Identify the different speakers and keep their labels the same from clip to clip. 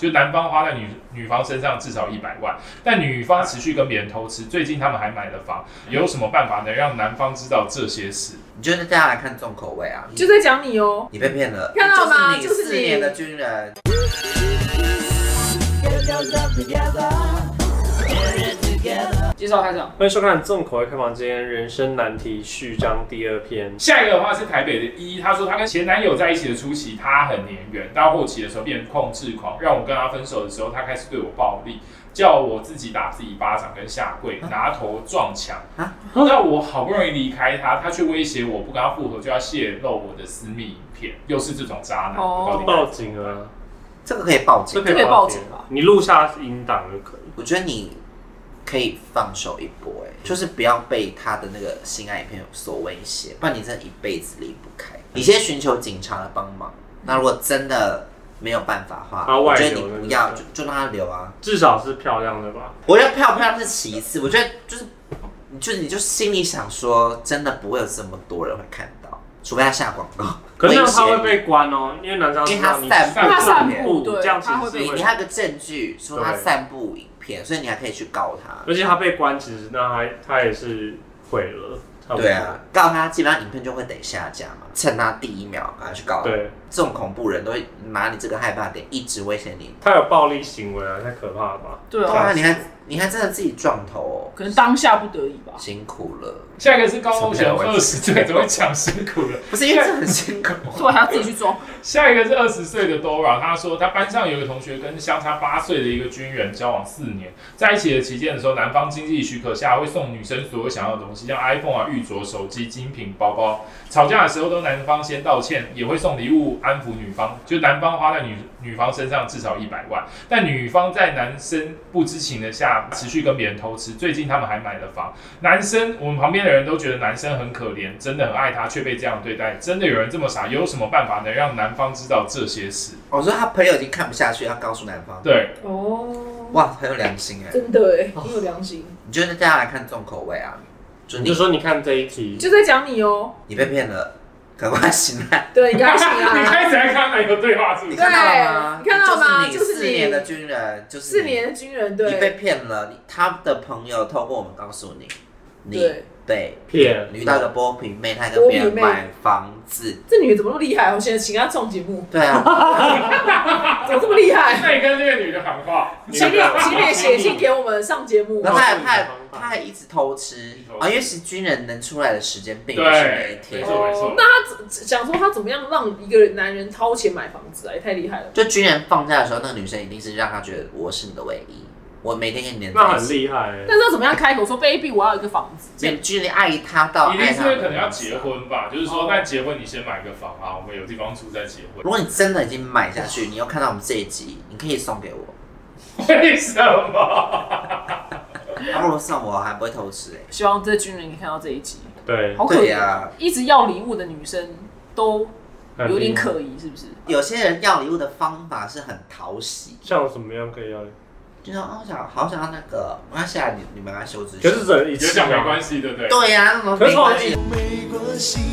Speaker 1: 就男方花在女女方身上至少一百万，但女方持续跟别人偷吃，最近他们还买了房，有什么办法能让男方知道这些事？
Speaker 2: 你就是带他来看重口味啊！
Speaker 3: 就在讲你哦。
Speaker 2: 你被骗了，
Speaker 3: 看到吗
Speaker 2: 就
Speaker 3: 就是是
Speaker 2: 四
Speaker 3: 你
Speaker 2: 年的军人。
Speaker 3: 介绍开场，
Speaker 4: 欢迎收看《重口味开房间：人生难题序章》第二篇。
Speaker 1: 下一个的话是台北的一，她说她跟前男友在一起的初期，她很黏人，到后期的时候变控制狂，让我跟她分手的时候，她开始对我暴力，叫我自己打自己巴掌跟下跪，拿头撞墙
Speaker 2: 啊。
Speaker 1: 那我好不容易离开他，他却威胁我不跟他复合就要泄露我的私密影片，又是这种渣男，我到底
Speaker 4: 报警啊！
Speaker 2: 这个可以报警
Speaker 4: 这，可
Speaker 3: 这可
Speaker 4: 以
Speaker 3: 以报
Speaker 4: 报
Speaker 3: 警
Speaker 4: 警
Speaker 3: 吧
Speaker 4: 你录下音档就可以。
Speaker 2: 我觉得你可以放手一搏、哎，就是不要被他的那个性爱影片所威胁，不然你真的一辈子离不开。你先寻求警察的帮忙。
Speaker 3: 嗯
Speaker 2: 那如果真的没有办法的话，
Speaker 4: 他
Speaker 2: 我
Speaker 4: 外
Speaker 2: 觉
Speaker 4: 流
Speaker 2: 得你不要就就让他留啊。
Speaker 4: 至少是漂亮的吧？
Speaker 2: 我觉得漂不漂亮是其次，我觉得就是就是你就心里想说，真的不会有这么多人会看到，除非他下广告。
Speaker 4: 可是这样他
Speaker 2: 威
Speaker 4: 会
Speaker 2: 胁
Speaker 4: 被关哦，因为男生
Speaker 2: 因为他
Speaker 4: 你
Speaker 2: 散
Speaker 1: 步
Speaker 4: 散
Speaker 3: 他散步对
Speaker 4: 这样其
Speaker 3: 他会被
Speaker 4: 实是
Speaker 2: 你
Speaker 4: 会
Speaker 2: 你，还有个证据说他散布影片，所以你还可以去告他。
Speaker 4: 而且他被关，其实那他他也是毁了，差不多
Speaker 2: 对啊，，告他基本上影片就会得下架嘛，趁他第一秒赶快去告他。
Speaker 4: 对，
Speaker 2: 这种恐怖人都会拿你这个害怕点一直威胁你，
Speaker 4: 他有暴力行为啊，太可怕了吧？
Speaker 3: 对
Speaker 2: 对啊，
Speaker 3: 啊，
Speaker 2: 你还你还真的自己撞头
Speaker 3: 可能当下不得已吧
Speaker 2: 哦，。辛苦了。
Speaker 1: 下一个是高雄二十岁，怎么会讲辛苦了？
Speaker 2: 不是因为这很辛苦，
Speaker 3: 所以还要自己去装。
Speaker 1: 下一个是二十岁的 Dora，她说她班上有一个同学跟相差八岁的一个军人交往四年，在一起的期间的时候，男方经济许可下会送女生所有想要的东西，像 iPhone 啊、玉镯、手机、精品、包包。吵架的时候都男方先道歉，也会送礼物安抚女方，就男方花在女女方身上至少一百万，但女方在男生不知情的下持续跟别人偷吃。最近他们还买了房，男生，我们旁边的人都觉得男生很可怜，真的很爱他，却被这样对待。真的有人这么傻？有什么办法能让男方知道这些事？
Speaker 2: 我说他朋友已经看不下去，要告诉男方。
Speaker 1: 对，
Speaker 3: 哦，
Speaker 2: 哇，很有良心哎！
Speaker 3: 真的哎，很有良心，
Speaker 2: 你就是带他来看重口味啊，就
Speaker 4: 你
Speaker 2: 你
Speaker 4: 就说你看这一题，
Speaker 3: 就在讲你哦。
Speaker 2: 你被骗了，赶快醒来。
Speaker 3: 对， 你刚醒
Speaker 1: 你
Speaker 3: 啊，
Speaker 1: 开始还 看哪个对话是不
Speaker 2: 你
Speaker 1: 是？
Speaker 2: 看到了吗？
Speaker 3: 对你看到吗
Speaker 2: 就是
Speaker 3: 就
Speaker 2: 你
Speaker 3: 是你
Speaker 2: 四年的军人，就是
Speaker 3: 四年的军人，
Speaker 2: 你被
Speaker 3: 对，
Speaker 2: 骗了，你他的朋友透过我们告诉你，你
Speaker 3: 对，
Speaker 2: 被
Speaker 4: 骗
Speaker 2: 你遇到一个波平妹，她跟别人
Speaker 3: 波平妹
Speaker 2: 买房子，
Speaker 3: 这女的怎么那么厉害？我哦现在请她上节目，
Speaker 2: 对 啊，
Speaker 3: 怎么这么厉害？
Speaker 1: 那你跟这个女的喊话，
Speaker 3: 请你，请你写信给我们上节目
Speaker 2: 然。后她还
Speaker 4: 告诉你的
Speaker 2: 她还
Speaker 4: 方法
Speaker 2: 她还一直偷 吃
Speaker 1: 一直偷吃
Speaker 2: 啊，因为是军人能出来的时间并不是每一
Speaker 1: 对，没
Speaker 2: 天，
Speaker 1: 错没错。
Speaker 3: 想说她怎么样让一个男人掏钱买房子啊，也太厉害了。
Speaker 2: 就军人放假的时候，那个女生一定是让他觉得我是你的唯一，我每天跟你黏
Speaker 4: 那
Speaker 2: 在一
Speaker 4: 很
Speaker 2: 起，
Speaker 4: 厉害欸。
Speaker 3: 但是要怎么样开口说 baby，我要一个房子？这样
Speaker 2: 连军人爱他到
Speaker 1: 一定
Speaker 2: 爱
Speaker 1: 啊是
Speaker 2: 他，
Speaker 1: 可能要结。婚吧，就是说，那结婚你先买个房啊，我们有地方住再结婚
Speaker 2: 如。果你真的已经买下去，你又看到我们这一集，你可以送给我。
Speaker 1: 为什么？
Speaker 2: 他啊如果送我，我还不会偷吃哎、欸。
Speaker 3: 希望这军人可以看到这一集，
Speaker 4: 对，
Speaker 3: 好可
Speaker 2: 对
Speaker 3: 怜
Speaker 2: 呀
Speaker 3: 一直要礼物的女生都
Speaker 4: 很
Speaker 3: 有
Speaker 4: 厉
Speaker 3: 点
Speaker 4: 害。
Speaker 3: 可疑，是不是？
Speaker 2: 有些人要礼物的方法是很讨喜，
Speaker 4: 像什么样可以要？
Speaker 2: 就说哦，我想好想要那个，没关系啊，你你们来修指
Speaker 4: 可是人一
Speaker 1: 有
Speaker 4: 次啊
Speaker 1: 讲没关系，对不对？
Speaker 2: 对呀、那种
Speaker 4: 可
Speaker 2: 没
Speaker 4: 是我
Speaker 2: 关系。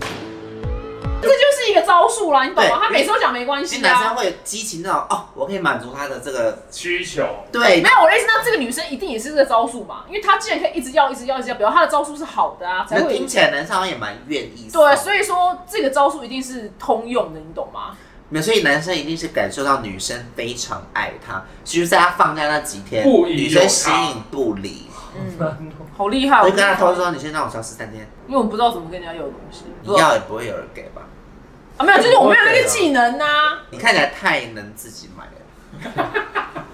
Speaker 3: 这就是一个招数啦，你懂吗？
Speaker 2: 对
Speaker 3: 他每次都讲没关
Speaker 2: 其实
Speaker 3: 系
Speaker 2: 男生
Speaker 3: 啊。
Speaker 2: 会有激情那种哦，我可以满足他的这个
Speaker 1: 需求。
Speaker 2: 对
Speaker 3: 没有，我的意思，那这个女生一定也是这个招数嘛？因为她既然可以一直要，一直要，一直要，表示她的招数是好的啊，才
Speaker 2: 那
Speaker 3: 会有
Speaker 2: 听起来男生好像也蛮愿意送
Speaker 3: 对，所以说这个招数一定是通用的，你懂吗？
Speaker 2: 没有，所以男生一定是感受到女生非常爱他，就是在他放假那几天，
Speaker 1: 不引诱
Speaker 2: 女生形影不离，
Speaker 3: 嗯，好厉害！
Speaker 2: 我
Speaker 3: 我
Speaker 2: 就跟他偷，说你先让我消失三天，
Speaker 3: 因为我们不知道怎么跟人家要的东西。
Speaker 2: 你要也不会有人给吧？
Speaker 3: 啊？没有，就是我没有那个技能啊呐、
Speaker 2: 你看起来太能自己买了。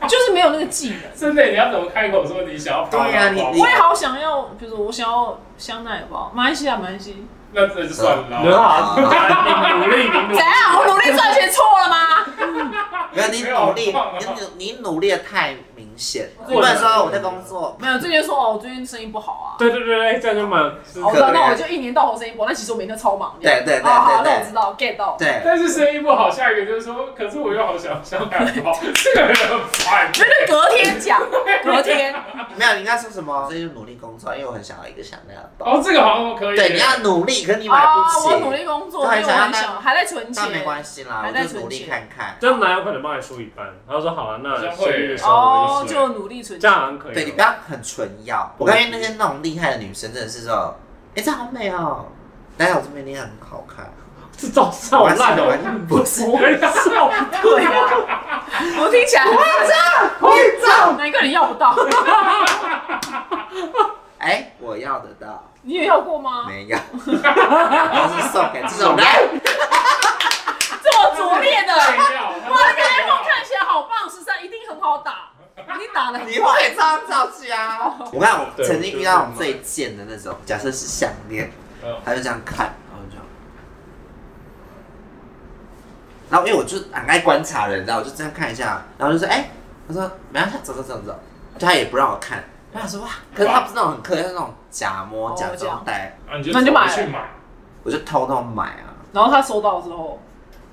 Speaker 3: 就是没有那个技能。
Speaker 1: 真的，你要怎么开口说你想要包
Speaker 2: 对啊你
Speaker 1: 包
Speaker 2: 你
Speaker 3: 我也好想要，比如说我想要香奈儿包，马来西亚，马来西亚。
Speaker 1: 那那就算了
Speaker 2: 啊
Speaker 4: 很
Speaker 1: 啦。
Speaker 4: 好，
Speaker 2: 哦
Speaker 4: 啊你努力，你努
Speaker 3: 怎。
Speaker 4: 力
Speaker 3: 样？我努力赚钱错了吗？
Speaker 2: 没有，你努
Speaker 1: 没有
Speaker 2: 力，
Speaker 1: 棒啊
Speaker 2: 你努你努力的太明显，
Speaker 3: 我
Speaker 2: 你不能说我在工作，
Speaker 3: 没有，最近说哦，我最近生意不好啊。
Speaker 4: 对对对对，这样就蛮是
Speaker 3: 哦，我
Speaker 2: 可
Speaker 3: 知道，
Speaker 2: 怜
Speaker 3: 那我就一年到头生意不好，但其实我每天都超忙。这样
Speaker 2: 对对对
Speaker 3: 哦好，
Speaker 2: 对对
Speaker 3: 那我知道，get 到。
Speaker 2: 对，
Speaker 1: 但是生意不好，下一个就是说，可是我又好想想买包， 这个人很烦。
Speaker 3: 就是隔 天讲，隔天
Speaker 2: 没有，你应该说什么？所以就努力工作，因为我很想要一个香奈儿包。
Speaker 1: 哦，这个好像可以。
Speaker 2: 对，你要努力，可是你买
Speaker 3: 啊，
Speaker 2: 不
Speaker 3: 我努
Speaker 2: 起，
Speaker 3: 力工作，
Speaker 2: 对
Speaker 3: 因为我
Speaker 2: 想要
Speaker 3: 很想还在存
Speaker 2: 那没
Speaker 3: 钱。
Speaker 2: 关系啦，
Speaker 3: 还
Speaker 2: 我
Speaker 3: 在
Speaker 2: 就
Speaker 3: 存
Speaker 2: 努力
Speaker 3: 钱
Speaker 2: 看看。
Speaker 4: 这样哪有可能帮你出一半。他说好了，啊那
Speaker 1: 将会
Speaker 4: 生日的时候我
Speaker 3: 哦
Speaker 4: 就，
Speaker 3: 就努力存
Speaker 4: 这
Speaker 3: 钱
Speaker 4: 样。好像可以。
Speaker 2: 对你不要很纯要，我感觉那些那种厉害的女生真的是说，哎、这好美哦，来我这边你很好看，
Speaker 4: 这招是好烂
Speaker 2: 完
Speaker 4: 哦，
Speaker 2: 全不是
Speaker 4: 我跟你说，
Speaker 3: 对啊，我听起来很夸张，哪一个人要不 到？
Speaker 2: 哎、我要得到，
Speaker 3: 你也要过吗？
Speaker 2: 没有， 我是送给这种人，
Speaker 3: 这么拙劣的，哇，
Speaker 1: 要，哇
Speaker 3: 那个 iPhone 看起来好棒，十三一定很好打，一定打得很
Speaker 2: 你话也照造去啊。我看我
Speaker 4: 对
Speaker 2: 曾经遇到我们最贱的那种，假设是项链，
Speaker 1: 嗯
Speaker 2: 他就这样看，然后就这样。然后因为我就很爱观察人，然后我就这样看一下，然后就说：“哎、他说没关系，走走走走。”就他也不让我看，然后我说：“哇！”可是他不是那种很客气，他是那种假摸
Speaker 3: 哦
Speaker 2: 假装戴，
Speaker 1: 啊，你就
Speaker 3: 那你就买
Speaker 1: 走
Speaker 3: 了
Speaker 1: 去买，
Speaker 2: 我就偷偷买啊。
Speaker 3: 然后他收到之后，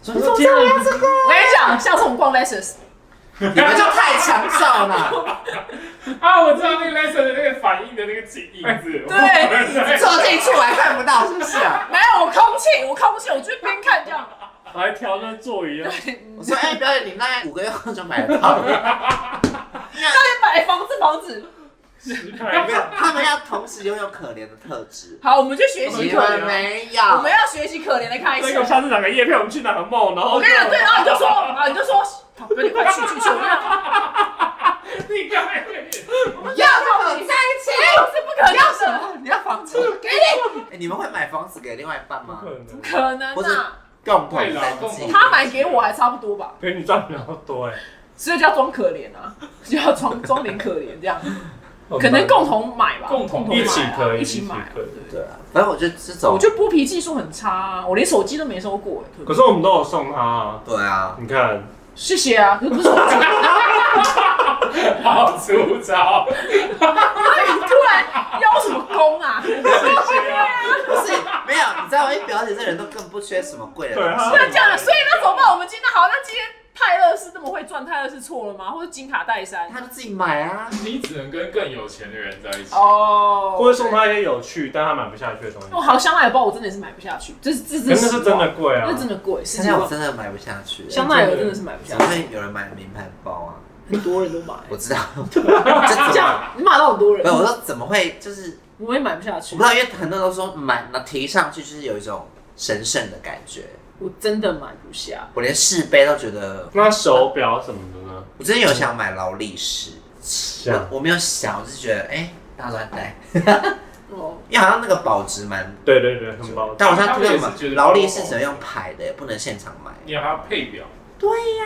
Speaker 2: 说你怎么这样啊？这个
Speaker 3: 我跟你讲，下次我们逛 Lexus，
Speaker 2: 你们就太强壮了，
Speaker 1: 啊，我知道那个 lesson 的那个反应的那个景影子，
Speaker 3: 对
Speaker 2: 坐进去我还看不到，是不是啊？
Speaker 3: 没有我空气，我空气，我就边看这样。
Speaker 4: 还调那座椅啊，
Speaker 2: 我说：“哎、表姐，你那五个月后就买得到了。”
Speaker 3: 那你买房子，房子
Speaker 4: 十块
Speaker 2: 没有，他们要同时拥有可怜的特质。
Speaker 3: 好，我们就学习
Speaker 2: 你
Speaker 3: 可怜，
Speaker 2: 们没
Speaker 3: 我
Speaker 2: 有
Speaker 3: 们，要学习可怜的开
Speaker 4: 那
Speaker 3: 始
Speaker 4: 个。下次哪个叶片我们去哪个梦，然后
Speaker 3: 我跟你讲，
Speaker 4: 就
Speaker 3: 对，然后你就说，啊，你就说，好，哥，你快去去去，我要，
Speaker 1: 你刚才那个
Speaker 2: 你要跟我在一起，
Speaker 3: 我是不可能
Speaker 2: 你要什
Speaker 3: 的，
Speaker 2: 么？你要房子？给你。哎，你们会买房子给另外一半
Speaker 4: 不
Speaker 2: 吗
Speaker 4: 可？能，
Speaker 3: 可能
Speaker 2: 不是
Speaker 3: 啊，
Speaker 2: 共同
Speaker 1: 对啦
Speaker 2: 生
Speaker 1: 共
Speaker 2: 计
Speaker 1: 同。
Speaker 3: 他买给我还差不多吧，
Speaker 4: 陪你赚比较多哎，
Speaker 3: 所以就要装可怜啊，就要装装点可怜这 样，可
Speaker 4: 很
Speaker 3: 能
Speaker 4: 棒
Speaker 3: 共同买吧，
Speaker 1: 共同
Speaker 3: 买啊
Speaker 4: 一起可以
Speaker 3: 一起买啊，
Speaker 4: 一起可以
Speaker 3: 对
Speaker 2: 对啊，反正我觉得这种
Speaker 3: 我，觉得剥皮技术很差啊，我连手机都没收过哎。
Speaker 4: 可是我们都有送他啊，
Speaker 2: 对啊，
Speaker 4: 你看，
Speaker 3: 谢谢 啊，可是不是我自己
Speaker 1: 好粗糙，
Speaker 3: 突然邀什么功啊？
Speaker 2: 不是没有，你知道，我一表姐这人都更不缺什么贵的东
Speaker 4: 对啊
Speaker 2: 西。
Speaker 3: 那这样了，所以那怎么办？我们今天好，那今天泰勒是这么会赚，泰勒是错了吗？或者金卡戴珊？
Speaker 2: 他就自己买啊。
Speaker 1: 你只能跟更有钱的人在一起。
Speaker 3: 哦，
Speaker 4: 或者送他一些有趣但他买不下去的东西，
Speaker 3: 我哦好香奈儿包，我真的也是买不下去，这是这
Speaker 4: 可
Speaker 3: 这
Speaker 4: 是那是真的贵啊
Speaker 3: 那，真的贵，是
Speaker 2: 现在我真的买不下去，
Speaker 3: 香奈儿真的是买不下
Speaker 2: 怎
Speaker 3: 去
Speaker 2: 么，会有人买名牌包啊？
Speaker 3: 很多人都买。
Speaker 2: 我知道，这怎么
Speaker 3: 这样你骂到很多人
Speaker 2: 没，有，我说怎么会就是
Speaker 3: 我也买不下
Speaker 2: 我
Speaker 3: 去
Speaker 2: 不知。道，因为很多人都说买那提上去就是有一种神圣的感觉，
Speaker 3: 我真的买不下，
Speaker 2: 我连试杯都觉得，
Speaker 4: 那手表什么的呢？
Speaker 2: 我真的有想买劳力士，
Speaker 4: 像
Speaker 2: 我我没有想，我是觉得哎，大家都在戴，
Speaker 3: 哦，
Speaker 2: 因为好像那个保值蛮，
Speaker 4: 对对对，很棒。
Speaker 2: 但我现在推荐
Speaker 1: 他们也是觉得
Speaker 2: 买劳力士只能用牌的，不能现场买。
Speaker 1: 你还要配表，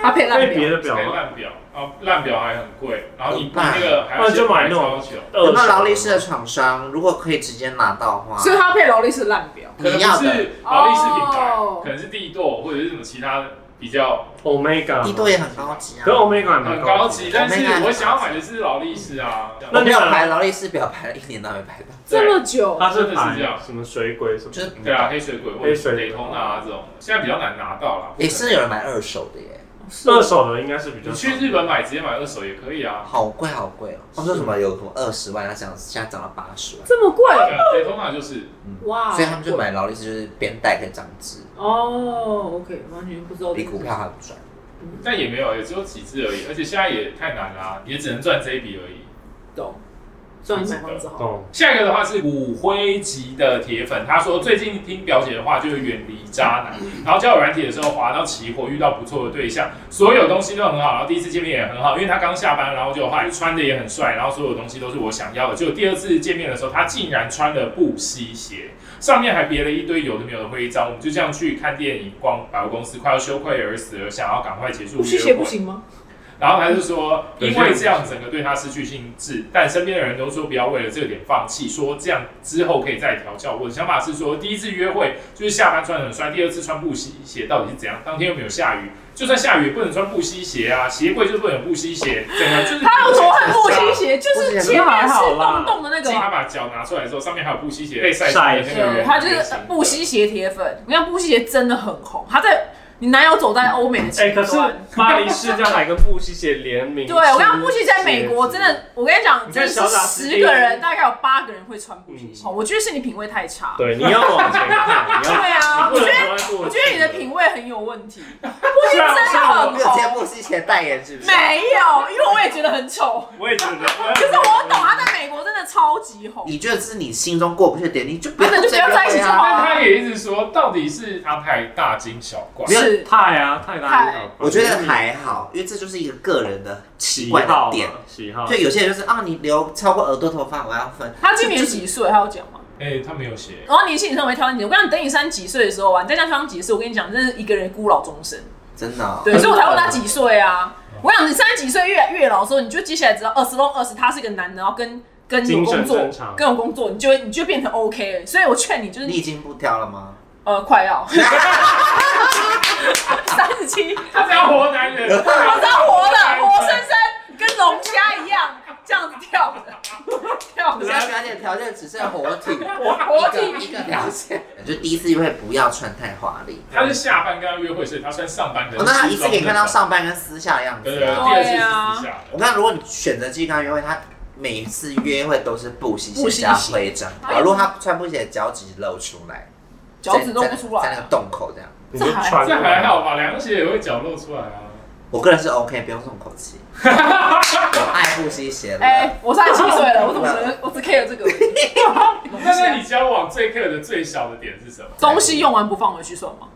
Speaker 3: 他配烂
Speaker 4: 配别
Speaker 3: 表，
Speaker 4: 的表
Speaker 1: 配
Speaker 4: 吗？
Speaker 1: 烂表啊，烂表还很贵，然后你
Speaker 2: 怎么办
Speaker 1: 那个还要
Speaker 4: 那就
Speaker 1: 先
Speaker 4: 买
Speaker 1: 买
Speaker 4: 那种
Speaker 1: 超久，
Speaker 2: 有没有劳力士的厂商？如果可以直接拿到的话，
Speaker 3: 所以他配劳力士烂表。
Speaker 1: 可能
Speaker 2: 你要
Speaker 1: 不
Speaker 2: 的
Speaker 1: 是劳力士品
Speaker 3: 哦
Speaker 1: 牌，可能是帝舵或者是什么其他的比较
Speaker 4: Omega？
Speaker 2: 帝舵也很高级啊
Speaker 4: 可是。Omega 还蛮
Speaker 1: 很高级，但
Speaker 2: 我没看
Speaker 1: 是
Speaker 2: 过
Speaker 1: 我想要买的是劳力士啊。
Speaker 2: 我
Speaker 4: 那
Speaker 2: 没
Speaker 4: 你
Speaker 2: 有
Speaker 4: 买
Speaker 2: 排劳力士表，排了一年都没排到。
Speaker 3: 这
Speaker 1: 对
Speaker 3: 么久，
Speaker 4: 它是
Speaker 1: 真的是这样
Speaker 4: 买什么水鬼什么？
Speaker 2: 就是
Speaker 1: 对啊，黑水鬼或者
Speaker 4: 黑水
Speaker 1: 是
Speaker 4: 鬼
Speaker 1: 雷通啊这种，现在比较难拿到啦。
Speaker 2: 也是有人买二手的耶，
Speaker 4: 二手的应该是比较
Speaker 1: 你
Speaker 4: 少。
Speaker 1: 去日本买直接买二手也可以啊。
Speaker 2: 好贵好贵哦。他们说什么有什么二十万，他讲现在涨到八十万，
Speaker 3: 这么贵，
Speaker 1: 对，雷通啊就是
Speaker 3: 哇！
Speaker 2: 所以他们就买劳力士，就是边戴可以涨值，
Speaker 3: 哦，OK，完全不知道这
Speaker 2: 比
Speaker 3: 个
Speaker 2: 股票还不赚。
Speaker 1: 但也没有，也只有几只而已，而且现在也太难啦、也只能赚这一笔而已。
Speaker 3: 懂。算你买房子好了，
Speaker 4: 懂。
Speaker 1: 下一个的话是骨灰级的铁粉，他说最近听表姐的话就是远离渣男，然后交友软体的时候滑到起火，遇到不错的对象，所有东西都很好，然后第一次见面也很好，因为他刚下班，然后就后来穿的也很帅，然后所有东西都是我想要的。结果第二次见面的时候，他竟然穿了布鞋鞋，上面还别了一堆有的没有的徽章，我们就这样去看电影、逛百货公司，快要羞愧而死而想要赶快结束
Speaker 3: 不续
Speaker 1: 约
Speaker 3: 写
Speaker 1: 会
Speaker 3: 不。行吗？
Speaker 1: 然后他就说，
Speaker 4: 对
Speaker 1: 因为这样整个对他失去兴致，但身边的人都说不要为了这个点放弃，说这样之后可以再调教。我的想法是说，第一次约会就是下班穿得很帅，第二次穿布鞋鞋到底是怎样？当天又没有下雨，就算下雨也不能穿布西鞋啊，鞋柜就不能有布西鞋，整个就是
Speaker 3: 他有多恨布鞋鞋，就
Speaker 2: 布鞋
Speaker 3: 是
Speaker 2: 鞋
Speaker 3: 前面
Speaker 4: 还
Speaker 3: 是
Speaker 4: 好啦
Speaker 3: 洞洞的那个
Speaker 1: 他
Speaker 3: 嘛。
Speaker 1: 把脚拿出来的时候，上面还有布西鞋被晒
Speaker 4: 晒
Speaker 1: 的那个
Speaker 3: 对，
Speaker 1: 人，
Speaker 3: 他就是布西鞋铁粉。我跟你讲，布西鞋真的很红，他在你哪有走在欧美的
Speaker 4: 哎、
Speaker 3: 前
Speaker 4: 可是
Speaker 3: 端？
Speaker 4: 巴黎世家还跟布希姐联名，
Speaker 3: 对，我要布西在美国，真的，我跟你讲，
Speaker 4: 你
Speaker 3: 真的
Speaker 4: 看小打
Speaker 3: 是
Speaker 4: 十
Speaker 3: 十
Speaker 4: 个
Speaker 3: 个
Speaker 4: 人
Speaker 3: 人大概有八个人会穿布西
Speaker 4: 嗯
Speaker 3: 鞋。哦，我觉得是你品味太差。
Speaker 4: 对，你要往前看，你
Speaker 3: 对
Speaker 4: 要，
Speaker 3: 啊，我
Speaker 4: 你不
Speaker 3: 觉得
Speaker 4: 能活在过去
Speaker 3: 我觉得你的品味很有问 题。布西真的很
Speaker 2: 没有接
Speaker 3: 红，
Speaker 2: 布西前代言是不是？
Speaker 3: 没有，因为我也觉得很丑。
Speaker 4: 我也觉得，
Speaker 3: 可是我懂，他在美国真的超级红。
Speaker 2: 你觉得是你心中过不去的点，你就不
Speaker 3: 那
Speaker 2: 要
Speaker 3: 就不要在一起就好
Speaker 2: 啊
Speaker 1: 但他也一直说，到底是阿泰大惊小怪。
Speaker 2: 没有
Speaker 3: 是，
Speaker 4: 太啊，太大了，
Speaker 2: 我觉得还好，因为这就是一个个人的奇
Speaker 4: 喜
Speaker 2: 怪的
Speaker 4: 好
Speaker 2: 点。
Speaker 4: 嘛，喜好
Speaker 2: 所。以有些人就是啊，你留超过耳朵头发，我要分。
Speaker 3: 他今年
Speaker 2: 就就是
Speaker 3: 几岁？他有讲吗？
Speaker 1: 哎、他没有写。
Speaker 3: 然后年轻女生我会挑你，我跟你讲，等你三十几岁的时候啊，你再这样挑你几岁，我跟你讲，真是一个人孤老终生。
Speaker 2: 真的哦、
Speaker 3: 对，所以我才问他几岁啊。我想你三十几岁越越老的时候，你就接下来只要二十到呃二十，他是一个男的，然后跟跟有
Speaker 4: 精神
Speaker 3: 工作
Speaker 4: 正，常
Speaker 3: 跟有工作，你就会你就变成 OK 了。所以我劝你就是
Speaker 2: 你已经不挑了吗？
Speaker 3: 呃快要 三十七，
Speaker 1: 他只要活男人，
Speaker 3: 我
Speaker 1: 我
Speaker 3: 是要活的， 活生生跟龙虾一样这样子跳的， 跳
Speaker 2: 我
Speaker 3: 的
Speaker 2: 现。在表姐条件只剩活体，
Speaker 3: 活体
Speaker 2: 一个一个条件，就第一次约会不要穿太华丽。
Speaker 1: 他是下班跟他约会，所以他穿上班的。
Speaker 2: 我哦那他一次可以看到，上半跟私下的样
Speaker 1: 对
Speaker 2: 子
Speaker 1: 对，对
Speaker 2: 啊。
Speaker 1: 第二次是私下的。
Speaker 2: 我看如果你选择继续跟他约会，他每一次约会都是布鞋
Speaker 3: 布
Speaker 2: 鞋
Speaker 3: 鞋
Speaker 2: 加徽章，
Speaker 3: 哎
Speaker 2: 啊，如果他穿布鞋脚趾露出来，
Speaker 3: 脚趾露
Speaker 2: 在
Speaker 3: 不出来
Speaker 2: 在那个洞口这样。
Speaker 4: 你就穿过
Speaker 1: 这
Speaker 4: 来
Speaker 1: 还好吧，凉鞋也会脚露出来啊。
Speaker 2: 我个人是 OK，不用松口 气。我爱布鞋鞋了。
Speaker 3: 哎，我三十七岁了，我怎么可能我只 care 这个而已？龙
Speaker 1: 那那
Speaker 3: 虾
Speaker 1: 你交往最 care 的最小的点是什么？
Speaker 3: 东西用完不放回去算吗？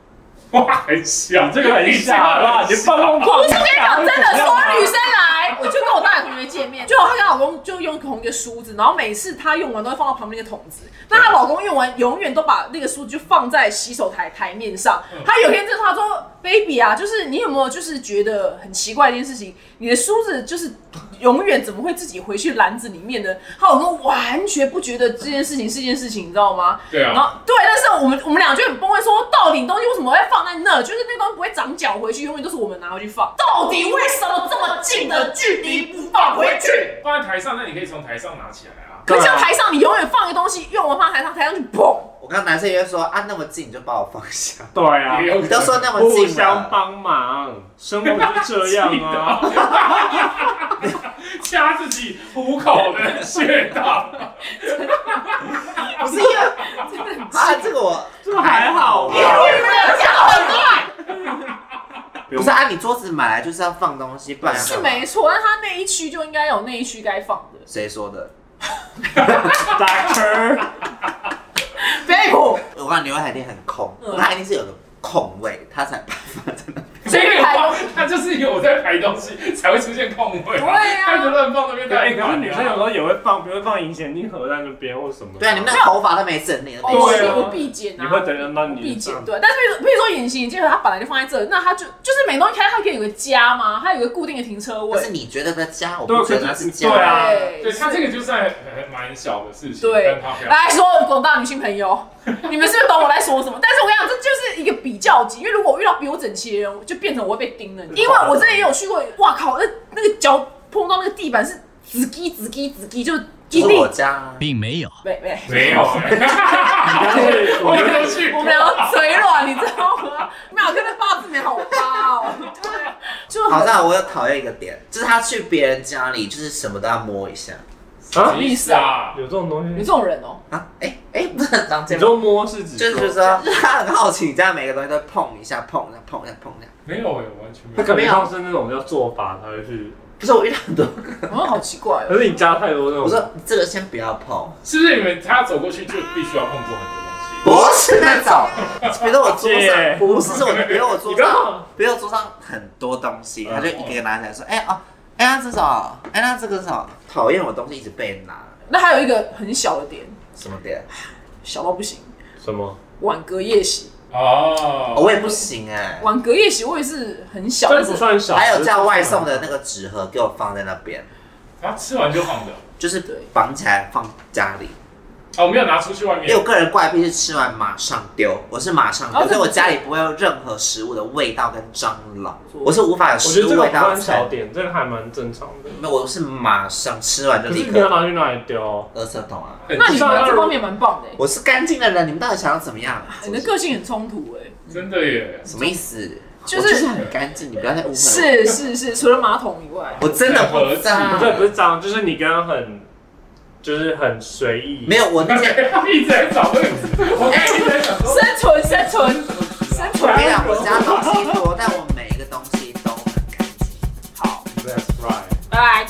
Speaker 1: 哇，很小，
Speaker 4: 你这个很下好不好？你放放
Speaker 3: 不
Speaker 4: 放。
Speaker 3: 是我跟你讲，真的，所有女生来，我就跟我大学同学见面，就她跟她老公就用同一个梳子，然后每次她用完都会放到旁边那个桶子。那她老公用完，永远都把那个梳子就放在洗手台台面上
Speaker 1: 嗯。
Speaker 3: 她有一天就是她说：“baby 啊，就是你有没有就是觉得很奇怪的一件事情？你的梳子就是永远怎么会自己回去篮子里面呢？”她老公完全不觉得这件事情是一件事情，你知道吗？
Speaker 1: 对
Speaker 3: 然
Speaker 1: 啊，
Speaker 3: 后对，但是我们我们俩就很崩溃说，到底你东西为什么会放在那？就是那个东西不会长脚回去，永远都是我们拿回去放。到底为什么这么近的距离不放回去？
Speaker 1: 放在台上，那你可以从台上拿起来啊。
Speaker 3: 可是像台上，你永远放一个东西，用完放台上，台上就砰。
Speaker 2: 我看男生也会说啊，那么近你就把我放下。
Speaker 4: 对啊
Speaker 1: 也，有可能
Speaker 2: 你都说那么
Speaker 4: 互
Speaker 2: 近
Speaker 4: 相
Speaker 2: 了，
Speaker 4: 帮忙，生活就是这样啊。
Speaker 1: 掐自己虎口的穴道，
Speaker 2: 不是因为啊，这个我
Speaker 4: 这个还好吧
Speaker 3: 你们两个讲得很乱，
Speaker 2: 不是啊，你桌子买来就是要放东西，不然要干
Speaker 3: 是
Speaker 2: 嘛
Speaker 3: 没错，但他那一区就应该有那一区该放的。
Speaker 2: 谁说的？
Speaker 4: Doctor，
Speaker 3: 背骨，
Speaker 2: 我看牛排店很空，
Speaker 3: 哎嗯哦
Speaker 2: 它一定是有个空位，它才把它在那。
Speaker 3: 所以台东
Speaker 1: 他就是有在排东西才会出现空位、啊，
Speaker 3: 对啊
Speaker 1: 他就乱放那边
Speaker 4: 对，
Speaker 1: 太
Speaker 4: 可是
Speaker 1: 乱
Speaker 4: 女生有时
Speaker 1: 了。
Speaker 4: 候也会放，比如放隐形镜盒在那边或什么的。
Speaker 2: 对啊，你们那个头发都没整理，
Speaker 3: 哦，
Speaker 2: 没
Speaker 3: 我
Speaker 4: 对
Speaker 2: 修
Speaker 4: 啊
Speaker 3: 我必剪啊，
Speaker 4: 你会嗯等人帮你
Speaker 3: 必剪
Speaker 4: 上
Speaker 3: 对，但是比如比如说隐形眼镜，它本来就放在这，那它就就是每东西开它可以有个家嘛，它有个固定的停车
Speaker 2: 可
Speaker 3: 位
Speaker 2: 是。你觉得的家，我
Speaker 4: 对
Speaker 2: 不觉得
Speaker 4: 可
Speaker 2: 它
Speaker 4: 是
Speaker 2: 是家。
Speaker 4: 对啊
Speaker 1: 对他这个就算很蛮小的事情，
Speaker 3: 对
Speaker 1: 但他不要。
Speaker 3: 来说，广大女性朋友，你们是不是懂我在说什么？但是我跟你讲，这就是一个比较级，因为如果我遇到比我整齐的人，我就变成我会被盯了。因为我之前也有去过，哇靠，那那个脚碰到那个地板是直击直击直击，就
Speaker 2: 就
Speaker 3: 一
Speaker 2: 是
Speaker 3: 定
Speaker 2: 我家啊，
Speaker 5: 并没有。
Speaker 3: 没没。
Speaker 1: 没有，欸 我没有去
Speaker 3: 我
Speaker 1: 过
Speaker 3: 们。两个嘴软，你知道吗？妙哥的发字没好发哦，对，就
Speaker 2: 好
Speaker 3: 很
Speaker 2: 像我有讨厌一个点，就是他去别人家里，就是什么都要摸一下
Speaker 1: 什
Speaker 4: 啊
Speaker 1: 么，意思啊？
Speaker 4: 有这种东
Speaker 3: 你这
Speaker 4: 西。
Speaker 3: 种人哦，
Speaker 2: 啊。哎哎， 不是很常
Speaker 4: 你
Speaker 2: 见吗？
Speaker 4: 说摸是指
Speaker 2: 就是就是说，他很好奇你家每个东西都碰一下，碰一下，碰一下，碰一下。
Speaker 1: 没有哎，完全
Speaker 4: 他
Speaker 1: 没有。
Speaker 4: 可能像是那种叫做法才会去，
Speaker 2: 不是我遇到很多，
Speaker 3: 嗯，好奇怪哦
Speaker 4: 可。是你加太多那种。
Speaker 2: 我说这个先不要碰，
Speaker 1: 是不是你们他走过去就必须要碰过很多东西？
Speaker 2: 不是那种，比如说我桌
Speaker 4: 姐
Speaker 2: 上，不是我，比如我桌
Speaker 4: 你不要
Speaker 2: 上，比如我桌上很多东西，他就一个一个拿起来说，哎哦，哎那这是什么？哎那这个是什么？讨厌我东西一直被拿，
Speaker 3: 那还有一个很小的点，
Speaker 2: 什么点？
Speaker 3: 小到不行，
Speaker 4: 什么？
Speaker 3: 晚隔夜洗，
Speaker 1: 哦，
Speaker 2: 我也不行哎。
Speaker 3: 晚隔夜洗我也是很小，
Speaker 4: 这
Speaker 3: 但
Speaker 4: 不
Speaker 3: 是
Speaker 4: 算小，嗯
Speaker 2: 还有叫外送的那个纸盒给我放在那边，
Speaker 1: 他吃完就放的，
Speaker 2: 就是
Speaker 3: 对
Speaker 2: 绑起来放家里。
Speaker 1: 哦，没有拿出去外
Speaker 2: 因为
Speaker 1: 面。
Speaker 2: 我个人怪癖是吃完马上丢，我是马上丢，
Speaker 3: 哦
Speaker 2: 所以我家里不会有任何食物的味道跟蟑螂，
Speaker 3: 错
Speaker 2: 我是无法有
Speaker 4: 我觉
Speaker 2: 食
Speaker 4: 得
Speaker 2: 物
Speaker 4: 这个
Speaker 2: 味
Speaker 4: 不
Speaker 2: 道的
Speaker 4: 算
Speaker 2: 菜
Speaker 4: 小。点，这个还蛮正常的。
Speaker 2: 没有，我是马上吃完就
Speaker 4: 可是
Speaker 2: 立
Speaker 4: 你要
Speaker 2: 刻
Speaker 4: 拿去哪里丢？
Speaker 2: 垃圾桶啊！
Speaker 3: 那你
Speaker 1: 很
Speaker 3: 们这方面蛮棒的欸、
Speaker 2: 我
Speaker 3: 哎
Speaker 2: 是干净的人，你们到底想要怎么样？啊
Speaker 3: 你的个性很冲突哎、
Speaker 1: 真的耶，
Speaker 2: 什么意思？
Speaker 3: 就
Speaker 2: 我就是
Speaker 3: 是
Speaker 2: 很干净，你不要再误会我。，
Speaker 3: 是是是，除了马桶以外，
Speaker 2: 我真的不
Speaker 1: 啊
Speaker 4: 不是不
Speaker 2: 脏。
Speaker 4: 是脏，就是你刚刚很，就是很随意，
Speaker 2: 没有，我那天
Speaker 1: 一直在找位置，我刚才一直哎在想说，
Speaker 3: 生存生存生
Speaker 2: 我跟你
Speaker 3: 存
Speaker 2: 讲，我家东西多，但我每一个东西都很干净。
Speaker 3: 好，
Speaker 1: That's right。
Speaker 3: 拜。